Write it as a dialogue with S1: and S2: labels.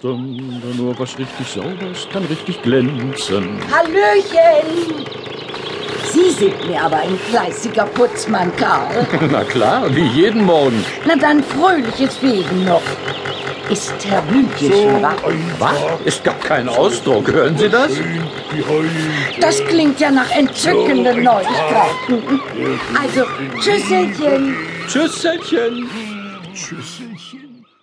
S1: Wenn nur was richtig sauberes kann richtig glänzen.
S2: Hallöchen! Sie sind mir aber ein fleißiger Putzmann, Karl.
S1: Na klar, wie jeden Morgen.
S2: Na dann fröhliches Wegen noch. Ist Herr Blümchen schon wach?
S1: Was? Es gab keinen Ausdruck. Hören Sie das?
S2: Das klingt ja nach entzückenden Neuigkeiten. Also, Tschüsselchen.
S1: Tschüsselchen.
S3: Tschüsselchen.